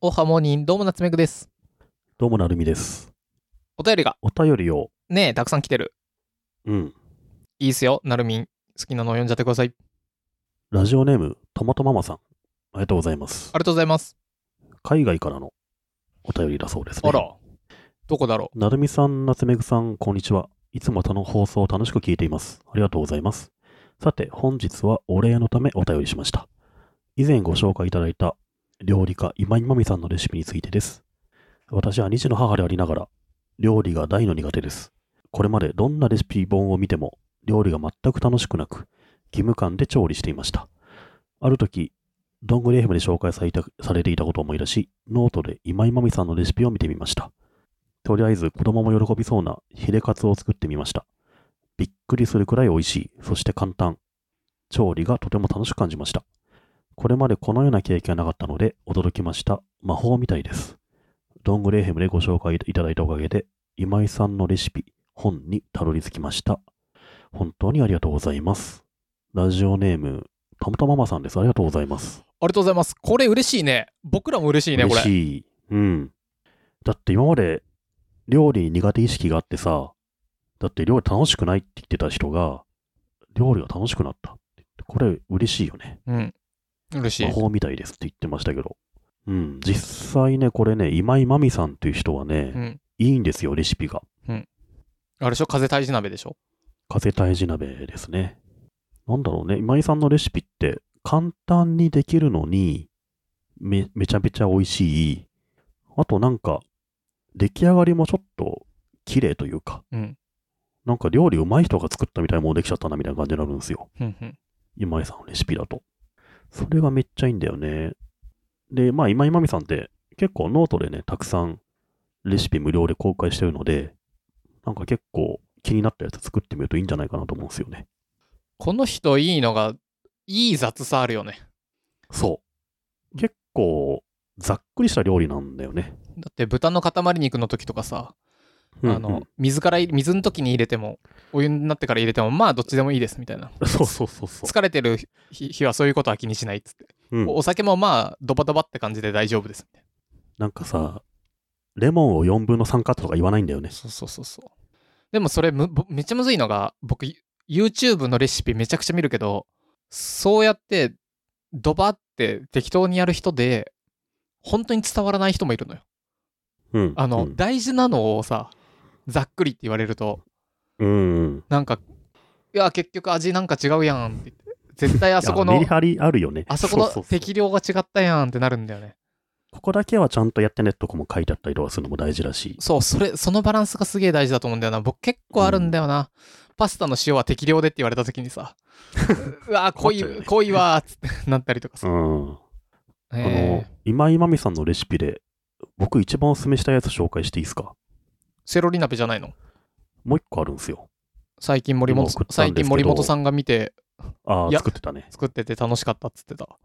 おはモーニンどうも夏目くです。どうもなるみです。お便りがお便りを。ねえ、たくさん来てる。うん。いいっすよ、なるみん。好きなの読んじゃってください。ありラジオネーム、トマトママさん。ありがとうございます。がとうございます。海外からのお便りだそうですね。あら、どこだろなるみさん、なつめぐさん、こんにちは。いつも他の放送を楽しく聞いています。ありがとうございます。さて、本日はお礼のためお便りしました。以前ご紹介いただいた料理家今井まみさんのレシピについてです。私は2児の母でありながら、料理が大の苦手です。これまでどんなレシピ本を見ても、料理が全く楽しくなく、義務感で調理していました。ある時、どんぐり FM で紹介されたされていたことを思い出し、ノートで今井まみさんのレシピを見てみました。とりあえず子供も喜びそうなヒレカツを作ってみました。びっくりするくらい美味しい、そして簡単。調理がとても楽しく感じました。これまでこのような経験がなかったので驚きました。魔法みたいです。ドングレーヘムでご紹介いただいたおかげで、今井さんのレシピ、本にたどり着きました。本当にありがとうございます。ラジオネーム、たまたまマさんです。ありがとうございまう。す。ありがとうございます。これ嬉しいね。僕らも嬉しいね、こ嬉れ。しい。うん。だって今まで料理に苦手意識があってさ、だって料理楽しくないって言ってた人が、料理が楽しくなったって。これ嬉しいよね。うん。嬉しい魔。法みたいですって言ってましたけど。うん。実際ね、これね、今井真美さんっていう人はね、うん。いいんですよ、レシピが。あれでしょ、風退治鍋でしょ。風大事鍋ですね。なんだろうね、今井さんのレシピって簡単にできるのにめめちゃめちゃ美味しい。あとなんか出来上がりもちょっと綺麗というか、うん。なんか料理うまい人が作ったみたいなものできちゃったなみたいな感じになるんですよ。うんうん。今井さんのレシピだと。それがめっちゃいいんだよね。で、まあ今井まみさんって結構ノートでね、たくさんレシピ無料で公開してるので、なんか結構気になったやつ作ってみるといいんじゃないかなと思うんですよね。この人いいのが、いい雑さあるよね。そう。結構、ざっくりした料理なんだよね。だって豚の塊肉の時とかさ、あうんの、水からい、水の時に入れても、お湯になってから入れても、まあどっちでもいいですみたいな。うん そうそうそうそ疲れてる日日はそういうことは気にしないっつって。う、うんお酒もまあドバドバって感じで大丈夫ですみたいなんかさ、レモンを4分の3カットとか言わないんだよねな。そうそうそうそうでもそれむぼめっちゃむずいのが僕 YouTube のレシピめちゃくちゃ見るけどそうやってドバって適当にやる人で本当に伝わらない人もいるのようん。あの、うん大事なのをさざっくりって言われるとうんうん。なんかいや結局味なんか違うやんって言って絶対あそこいやのメリハリあるよね。あそこうのうう適量が違ったやんってなるんだよねここだけはちゃんとやってねとかも書いてあったりとかするのも大事だし。そう、それ、そのバランスがすげえ大事だと思うんだよな。僕結構あるんだよな。パスタの塩は適量でって言われた時に さ、うわー、濃い、困っちゃうよね濃いわーっつってなったりとかうさ。ん。あのえー、今井まみさんのレシピで、僕一番おすすめしたやつ紹介していいですかセロリ鍋じゃないのもう一個あるんですよ。最近森本今送ったんですけど最近森本さんが見てあいあ、や作ってたね。作ってて楽しかったっつってた。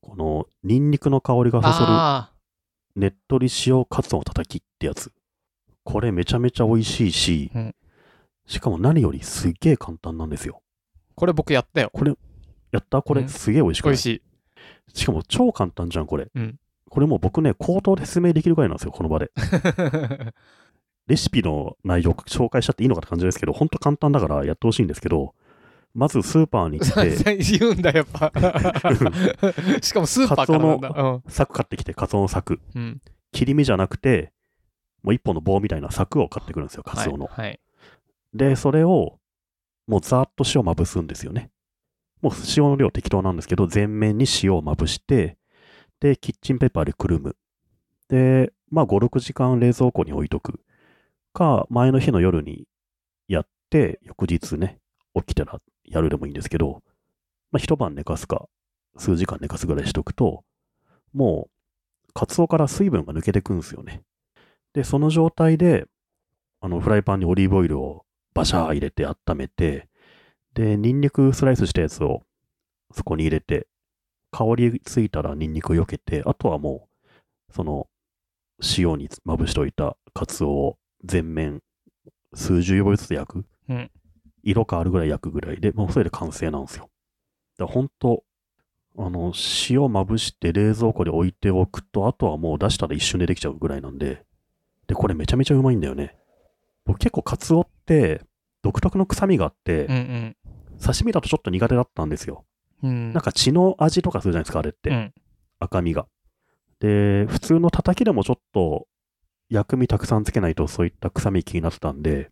この、ニンニクの香りがそそるあねっとり塩カツオのたたきってやつ。これめちゃめちゃ美味しいし、うんしかも何よりすっげえ簡単なんですよ。ー、これ僕やったよ。これ、やったこうれんすげえ美味しく美ない味しい。しかも超簡単じゃん、これ。うんこれもう僕ね、口頭で説明できるぐらいなんですよ、この場で。 レシピの内容紹介しちゃっていいのかって感じですけど、ほんと簡単だからやってほしいんですけど、まずスーパーに行って、言うんだ、やっ ぱ。しかもスーパーからなんだ。うん柵買ってきて、カツオの柵。うん。切り身じゃなくて、もう一本の棒みたいな柵を買ってくるんですよ、カツオの。はいはい。で、それを、もうざーっと塩まぶすんですよね。もう塩の量適当なんですけど、全面に塩をまぶして、で、キッチンペーパーでくるむ。で、まあ5、6時間冷蔵庫に置いとく。か、前の日の夜にやって、翌日ね、起きたらやるでもいいんですけど、まあ一晩寝かすか、数時間寝かすぐらいしとくと、もう、カツオから水分が抜けてくんですよね。で、その状態で、あの、フライパンにオリーブオイルをバシャー入れて温めて、で、ニンニクスライスしたやつをそこに入れて、香りついたらニンニクを避けて、あとはもう、その、塩にまぶしておいたカツオを全面、数十秒ずつ焼く。うん色変わるぐらい焼くぐらいで、もうそれで完成なんですよ。だから本当あの、塩まぶして冷蔵庫で置いておくと、あとはもう出したら一瞬でできちゃうぐらいなんで、で、これめちゃめちゃうまいんだよね。僕結構カツオって、独特の臭みがあって、うん刺身だとちょっと苦手だったんですよ。うんうんなんか血の味とかするじゃないですか、あれって。うん赤身が。で、普通のたたきでもちょっと薬味たくさんつけないとそういった臭み気になってたんで、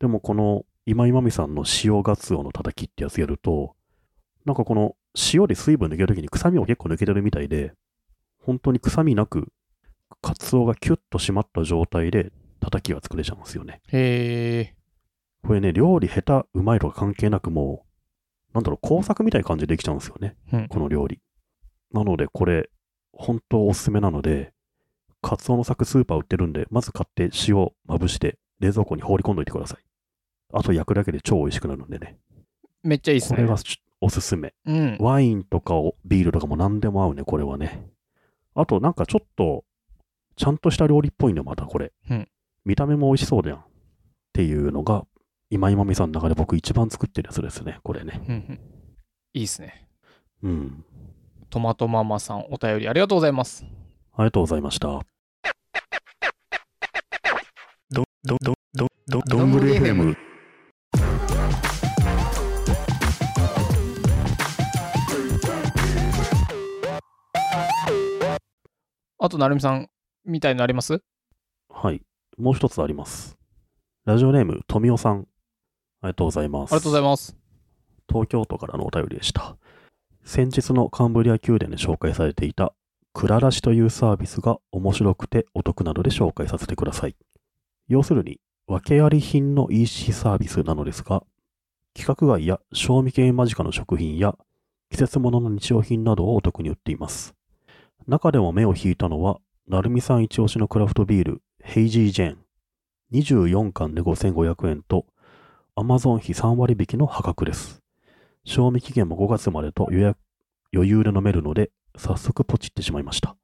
でもこの今今美さんの塩ガツオのたたきってやつやると、なんかこの塩で水分抜けるときに臭みを結構抜けてるみたいで、本当に臭みなく、カツオがキュッと締まった状態でたたきが作れちゃうんですよね。へえこれね、料理下手、うまいとか関係なくもう、なんだろう、工作みたいな感じでできちゃうんですよね。うんこの料理。なので、これ、本当おすすめなので、カツオの柵スーパー売ってるんで、まず買って塩まぶして、冷蔵庫に放り込んどいてください。あと焼くだけで超美味しくなるんでね。めっちゃいいっすこねれはちょおすすめ。うんワインとかをビールとかも何でも合うね、これはね。あと、なんかちょっと、ちゃんとした料理っぽいの、またこれ。うん見た目も美味しそうだやん。っていうのが、今今美さんの中で僕一番作ってるやつですね、これね。うんうんいいっすねうん。トマトママさんお便りありがとうございますありがとうございました。ど、ど、ど、ど、ど、どんぶり FM。あとなるみさんみたいのありますはい。もう一つあります。ラジオネーム、富尾さん。ありがとうございます。ありがとうございます東京都からのお便りでした。先日のカンブリア宮殿で紹介されていた、クララシというサービスが面白くてお得なので紹介させてください。要するに、訳あり品の EC サービスなのですが、規格外や賞味期限間近の食品や季節物の日用品などをお得に売っています。中でも目を引いたのは、なるみさん一押しのクラフトビール、ヘイジージェーン。24缶で5500円と、アマゾン比3割引きの破格です。賞味期限も5月までと予約余裕で飲めるので、早速ポチってしまいました。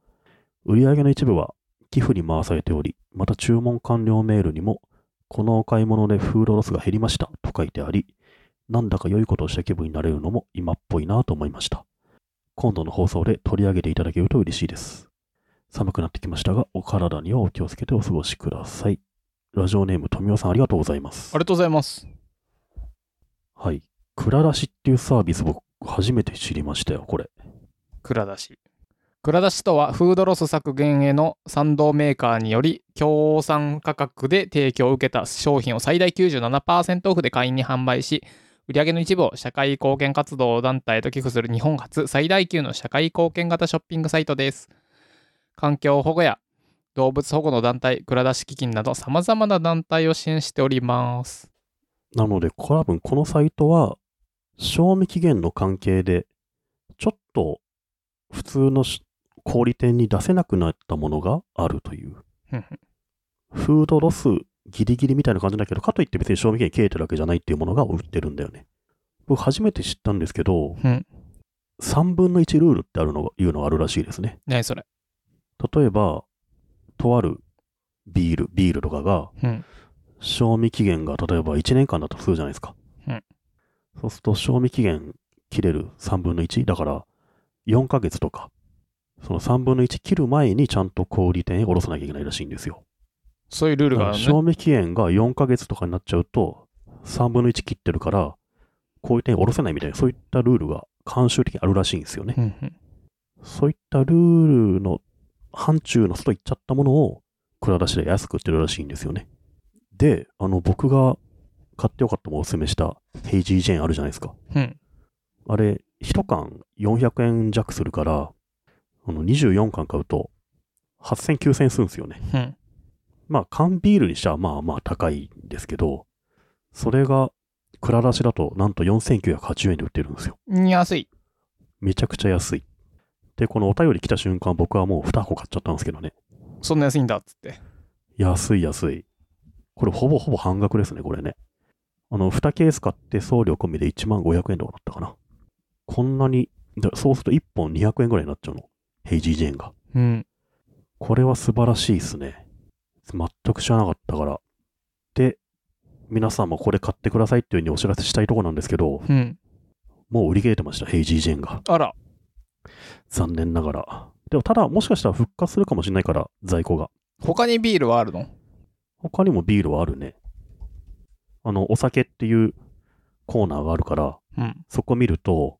売り上げの一部は寄付に回されており、また注文完了メールにも、このお買い物でフードロスが減りましたと書いてあり、なんだか良いことをした気分になれるのも今っぽいなと思いました。今度の放送で取り上げていただけると嬉しいです。寒くなってきましたが、お体にはお気をつけてお過ごしください。ラジオネーム富尾さんありがとうございます。ありがとうございますはい。クララシっていうサービス僕初めて知りましたよ、これ。蔵出し蔵出しとはフードロス削減への賛同メーカーにより協賛価格で提供を受けた商品を最大97%オフで会員に販売し売上の一部を社会貢献活動団体と寄付する日本初最大級の社会貢献型ショッピングサイトです環境保護や動物保護の団体蔵出し基金などさまざまな団体を支援しておりますなので、これ多分このサイトは、賞味期限の関係で、ちょっと普通のし小売店に出せなくなったものがあるといううん。フードロスギリギリみたいな感じだけど、かといって別に賞味期限切れてるわけじゃないっていうものが売ってるんだよね。僕初めて知ったんですけど、うん3分の1ルールってあるのが、いうのがあるらしいですね。何それ例えば、とあるビール、ビールとかが、うん賞味期限が例えば1年間だとするじゃないですか。うんそうすると、賞味期限切れる3分の1、だから4ヶ月とか、その3分の1切る前にちゃんと小売店へ卸さなきゃいけないらしいんですよ。そういうルールだがかあらる賞のね味期限が4ヶ月とかになっちゃうと、3分の1切ってるから、小売店へ卸せないみたいな、そういったルールが慣習的にあるらしいんですよね。うんうんそういったルールの範疇の外行っちゃったものを、蔵出しで安く売ってるらしいんですよね。で、あの、僕が買ってよかったもおすすめした、ヘイジージェーンあるじゃないですか。うんあれ、1缶400円弱するから、あの、24缶買うと、8000、9000円するんですよね。うんまあ、缶ビールにしちゃまあまあ高いんですけど、それが、蔵出しだと、なんと4980円で売ってるんですよ。うん安いめちゃくちゃ安い。で、このお便り来た瞬間、僕はもう2箱買っちゃったんですけどね。そんな安いんだっつって安い安い。これほぼほぼ半額ですね、これね。あの、2ケース買って送料込みで1万500円とかだったかな。こんなに、だそうすると1本200円ぐらいになっちゃうの。ヘイジージェーンが。うんこれは素晴らしいですね。全く知らなかったから。で、皆さんもこれ買ってくださいっていうふうにお知らせしたいとこなんですけど、うん。もう売り切れてました、ヘイジージェーンが。あら、残念ながら。でも、ただ、もしかしたら復活するかもしれないから、在庫が。他にビールはあるの他にもビールはあるね。あの、お酒っていうコーナーがあるから、うん。そこ見ると、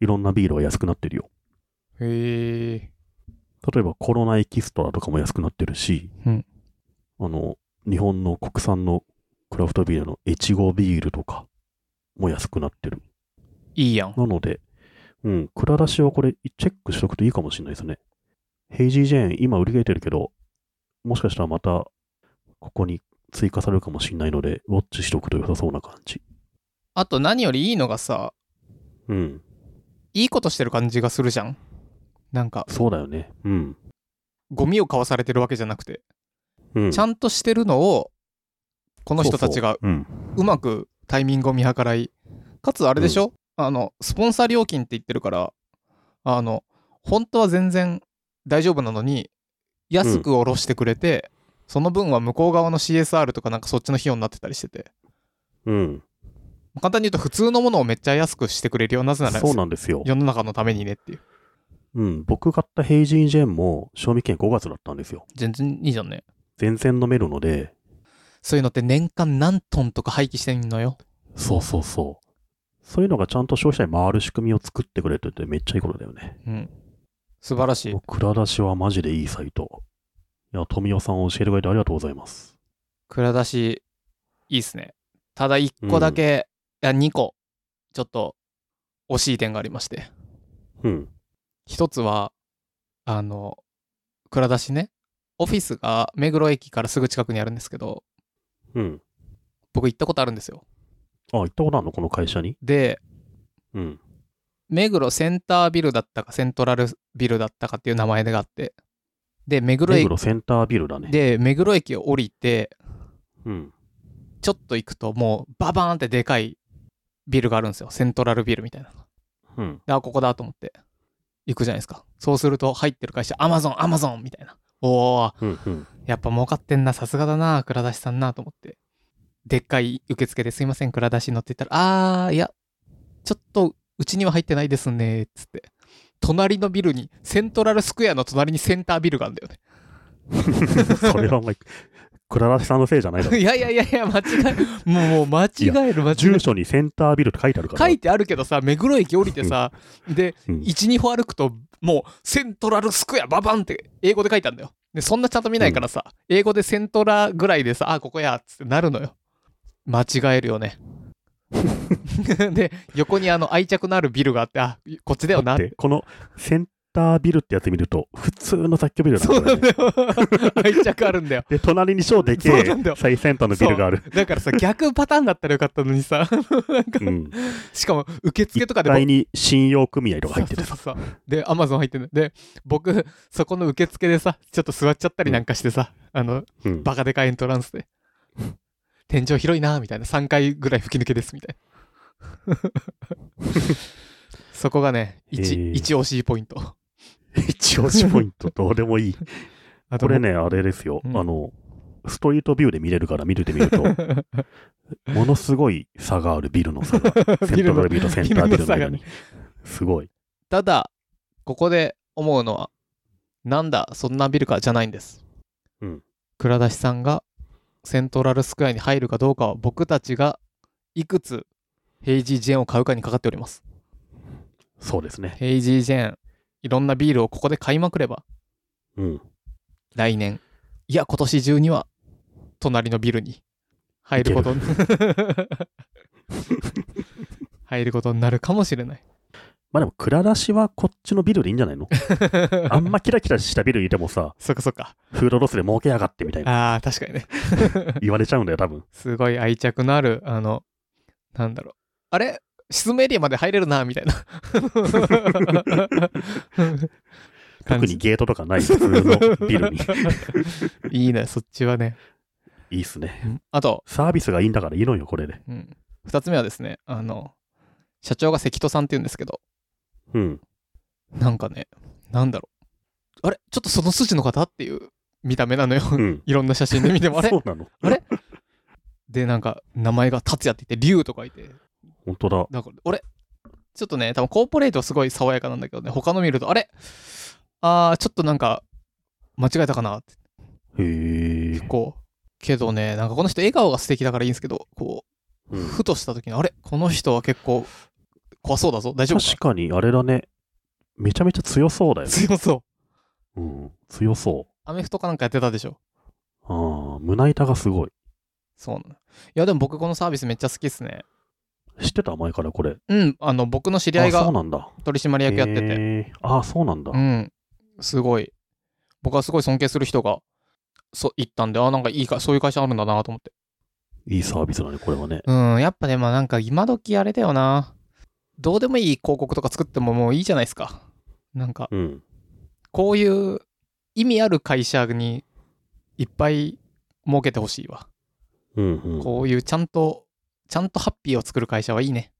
いろんなビールは安くなってるよ。へえ。例えばコロナエキストラとかも安くなってるし、うんあの、日本の国産のクラフトビールの越後ビールとかも安くなってる。いいやん。なので、うん、蔵出しはこれチェックしとくといいかもしれないですね。ヘイジージェーン今売り切れてるけど、もしかしたらまたここに追加されるかもしれないので、ウォッチしとくと良さそうな感じ。あと何よりいいのがさ、うん、いいことしてる感じがするじゃん。なんか、そうだよね。うん。ゴミを買わされてるわけじゃなくて、うん、ちゃんとしてるのを、この人たちがそうそううん、うまくタイミングを見計らい、かつあれでしょ、あの、スポンサー料金って言ってるから、あの、本当は全然大丈夫なのに、安く下ろしてくれて、その分は向こう側の CSR とかなんかそっちの費用になってたりしてて、うん。簡単に言うと普通のものをめっちゃ安くしてくれるよ、なぜならそうなんですよ。世の中のためにねっていう。うん、僕買ったヘイジージェーンも賞味期限5月だったんですよ。全然いいじゃんね。全然飲めるので、そういうのって年間何トンとか廃棄してんのよ。そうそうそう。そういうのがちゃんと消費者に回る仕組みを作ってくれててめっちゃいいことだよね。うん。素晴らしいもう。蔵出しはマジでいいサイト。いや、富代さん教えてくれてありがとうございます。蔵出し、いいっすね。ただ1個だけ、いや2個、ちょっと惜しい点がありまして。うん。 1つは、あの、蔵出しね、オフィスが目黒駅からすぐ近くにあるんですけど、うん。僕行ったことあるんですよ。あ、行ったことあるのこの会社に。で、うん。目黒センタービルだったか、セントラルビルだったかっていう名前があって、で、目黒目駅黒、センタービルだね。で、目黒駅を降りて、うん。ちょっと行くともうババーンってでかいビルがあるんですよ。セントラルビルみたいな。うん。であ、ここだと思って行くじゃないですか。そうすると入ってる会社、アマゾン、アマゾンみたいな。おー、うん。うん。やっぱ儲かってんな、さすがだな、倉出しさんなと思って。でっかい受付ですいません、倉出し乗って言ったら、あー、いや、ちょっとうちには入ってないですね、つって。隣のビルに、セントラルスクエアの隣にセンタービルがあるんだよね。 それはお前、蔵出しさんのせいじゃないだ ろ。いやいやいやいや、間違 え、もうもう間違える、間違え住る。所にセンタービルって書いてあるから。書いてあるけどさ、目黒駅降りてさ、で、うん12歩歩くともうセントラルスクエアババンって英語で書いたんだよでそんなちゃんと見ないからさ、英語でセントラぐらいでさあここやっつってなるのよ間違えるよね で横にあの愛着のあるビルがあってあこっちだよなだってこのセンタービルってやってみると、普通の雑居ビルなんだそようねなんだよ 愛着あるんだよで、隣に超でけそうえなんだよ最先端のビルがある。だからさ逆パターンだったらよかったのにさ なんかうん。しかも受付一とかでも階に信用組合とか入っててそう。さそうそうそうでアマゾン入ってるで僕そこの受付でさちょっと座っちゃったりなんかしてさ、あのうんバカでかいエントランスで。天井広いな、みたいな。3回ぐらい吹き抜けです、みたい な。そこがね、一、えー一押しポイント。一押しポイント、どうでもいい。あとこれ。ね、あれですよ。うんあの、ストリートビューで見れるから見てみると、ものすごい差があるビルの差が。センビルトラのルビルとセンタービルの間ビルのに。すごい。ただ、ここで思うのは、なんだ、そんなビルか、じゃないんです。うん倉田さんがセントラルスクエアに入るかどうかは、僕たちがいくつヘイジージェーンを買うかにかかっております。そうですね。ヘイジージェーン、いろんなビールをここで買いまくれば、うん。来年いや今年中には隣のビルに入ることに 入ることになるかもしれ ないまあでも、蔵出しはこっちのビルでいいんじゃないのあんまキラキラしたビルにいてもさ、そっかそっかフードロスで儲けやがってみ たいなあー確かにね言われちゃうんだよ、多分。すごい愛着のあるあのなんだろうあれ執エリアまで入れるなみたいな 特にゲートとかない普通のビ ルに。いいねそっちはねいいっすね。あとサービスがいいんだからいいのよ、これで。うん、2つ目はですねあの社長が関戸さんっていうんですけどうん。なんかねなんだろうあれちょっとその筋の方っていう見た目なのようん。 いろんな写真で見てもあれそうなの。あれでなんか名前が達也って言って龍とかいて本当だ。なんか俺ちょっとね、多分コーポレートはすごい爽やかなんだけどね、他の見ると、あれあー、ちょっとなんか、間違えたかなって、へえ。こう。けどね、なんかこの人笑顔が素敵だからいいんですけど、こう、うんふとした時に、あれこの人は結構怖そうだぞ大丈夫か確かに、あれだね。めちゃめちゃ強そうだよね。 強そう。うん。強そアメフトかなんかやってたでしょ。う。ああ、胸板がすごい。そうなの。いや、でも僕このサービスめっちゃ好きっすね。知ってた前からこれ。うん、あの、僕の知り合いあ、そがうなんだ。取締役やってて。へーああ、そうなんだ。うん、すごい。僕はすごい尊敬する人が、そう、行ったんで、あ、なんかいいか、そういう会社あるんだなと思って。いいサービスだね、これはね。うん、やっぱね、まあなんか今時あれだよな。どうでもいい広告とか作ってももういいじゃないですか。なんか、うん。こういう意味ある会社にいっぱい儲けてほしいわ。うんうん。こういうちゃんと、ちゃんとハッピーを作る会社はいいね。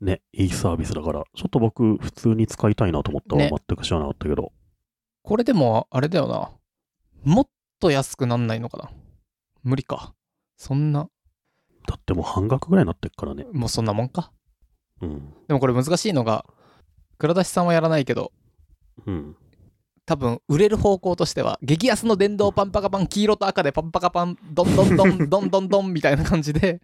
ね、いいサービスだから、ちょっと僕、普通に使いたいなと思ったわ。ね全く知らなかったけど。これでも、あれだよな。もっと安くなんないのかな。無理か。そんな、だってもう半額ぐらいになってっからね。もうそんなもんか。うん。でもこれ難しいのが倉田氏さんはやらないけどうん。多分売れる方向としては激安の電動パンパカパン黄色と赤でパンパカパンドンドンドンドンドンドンみたいな感じで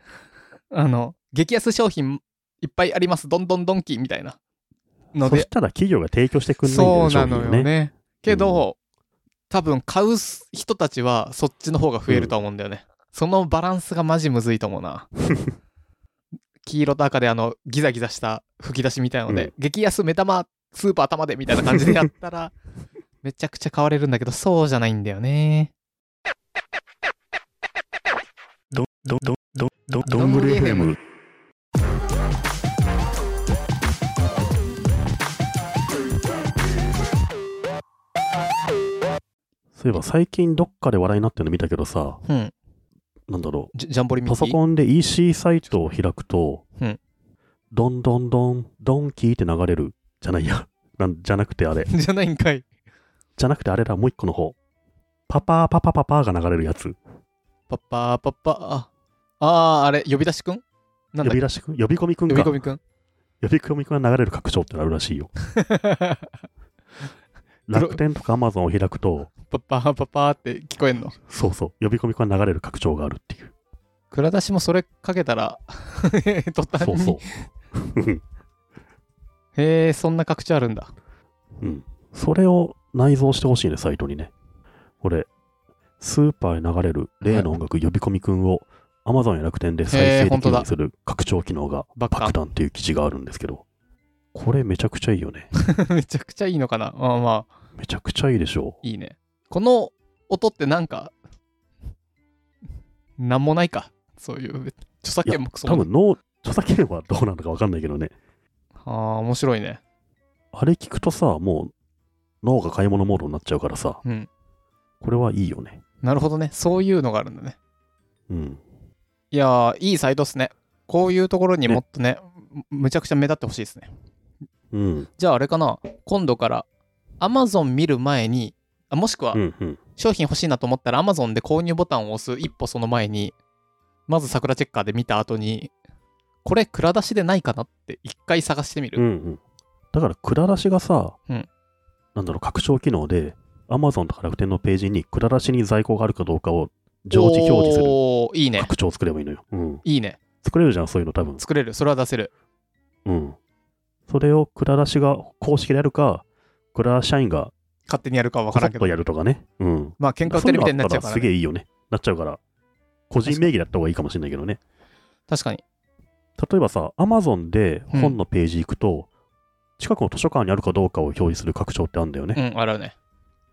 あの激安商品いっぱいありますドンドンドンキーみたいなのそしでたら企業が提供してくんないんだそようね、な商品のをよね。ねけど多分買う人たちはそっちの方が増えると思うんだよねそのバランスがマジむずいと思うな黄色と赤であのギザギザした吹き出しみたいので、うん激安目玉スーパー玉でみたいな感じでやったらめちゃくちゃ買われるんだけどそうじゃないんだよねどどどどどどんぐり FM。そういえば最近どっかで話題になってるの見たけどさ、うんなんだろジジャンボリう、ミパッソキーコンで EC サイトを開くとうん、どんどんどん、ドンキーって流れる。じゃないや。なんじゃなくてあれ。 じゃないんかいじゃなくてあれだ、もう一個の方。パパーパパパパーが流れるやつ。パッパーパッパーああーあれ呼び出しくんなんだ呼っびけ出しくん呼び込みくん呼か。び込みくん呼び込みくんが流れる拡張ってなるらし いよ。パッロ楽天とかアマゾンを開くと、パーパッパーって聞こえんのそうそう、呼び込みくんが流れる拡張があるっていう。蔵出しもそれかけたら 途端そうにそう。へえそんな拡張あるんだ うん。それを内蔵してほしいね、サイトにね。俺、スーパーに流れる例の音楽、呼び込みくんを Amazon や楽天で再へー生で本きる当ようだにする拡張機能が爆弾爆弾っていう記事があるんですけど、これめちゃくちゃいいよね。めちゃくちゃいいのかなまあまあめちゃくちゃいいでしょいいねこの音ってなんかなんもないかそういう著作権もクう。ソ多もない分の著作権はどうなのかわかんないけどね。ああ面白いねあれ聞くとさ、もう脳が買い物モードになっちゃうからさ、うんこれはいいよね。なるほどねそういうのがあるんだねうん。いやーいいサイトっすねこういうところにもっとねむむちゃくちゃ目立ってほしいですねうん。じゃああれかな今度から Amazon 見る前にあもしくはうん。うん。商品欲しいなと思ったら Amazon で購入ボタンを押す一歩その前にまず桜チェッカーで見た後にこれ蔵出しでないかなって一回探してみうる、んうん。だから、蔵出しがさ、うんなんだろう、拡張機能で、Amazon とか楽天のページに、蔵出しに在庫があるかどうかを常時表示するおーいいね拡張を作ればいいのよ。うん。いいね作れるじゃん、そういうの多分。作れるそれは出せるうん。それを蔵出しが公式でやるか、蔵社員が勝手にやるかは分こかそらっんけどとやるとかね。うん。まあ喧嘩売ってるみたいになっちゃうかそうら,、いうのあたすげね、えいいよね。なっちゃうから、個人名義だった方がいいかもしれないけどね。確かに例えばさ、Amazon で本のページ行くと、近くの図書館にあるかどうかを表示する拡張ってあるんだよね。うんあるね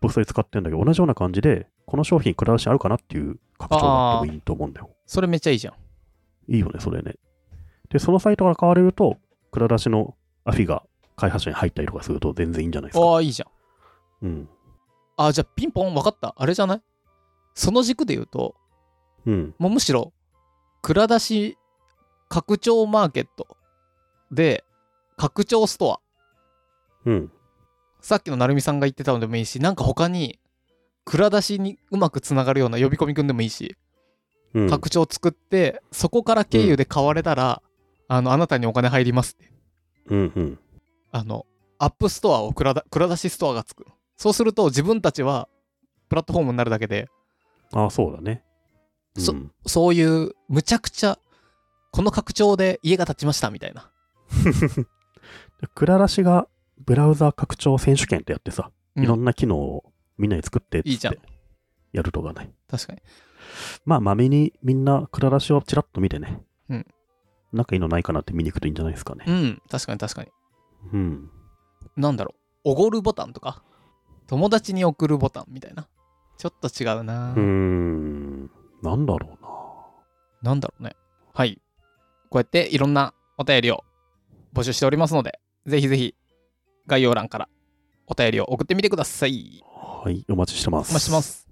僕それ使ってるんだけど、同じような感じで、この商品、蔵出しあるかなっていう拡張があってもいいと思うんだよ。それめっちゃいいじゃんいいよね、それね。で、そのサイトから買われると、蔵出しのアフィが開発者に入ったりとかすると全然いいんじゃないですか。ああいいじゃんうん。あーじゃあピンポン分かったあれじゃないその軸で言うとうん。もうむしろ蔵出し拡張マーケットで拡張ストアうん。さっきの成美さんが言ってたのでもいいし、なんか他に、蔵出しにうまくつながるような呼び込みくんでもいいし、うん、拡張作って、そこから経由で買われたら、あの、あなたにお金入りますって。うんうん。あの、アップストアを蔵だ蔵出しストアがつく。そうすると自分たちはプラットフォームになるだけで、ああ、そうだね。そうん、そういうむちゃくちゃ、この拡張で家が建ちましたみたいな。クララシがブラウザ拡張選手権ってやってさ、うんいろんな機能をみんなで作ってっつっていいじゃんやるとかね。確かに。まあ、まめにみんなクララシをちらっと見てね。うん。なんかいいのないかなって見に行くといいんじゃないですかねう。ん、確かに確かに。うん。なんだろう、おごるボタンとか、友達に送るボタンみたいな。ちょっと違ううな、ーん。なんだろうな。なんだろうね。はい。こうやっていろんなお便りを募集しておりますので、ぜひぜひ概要欄からお便りを送ってみてください。はい、お待ちしてまおす。待ちしてます。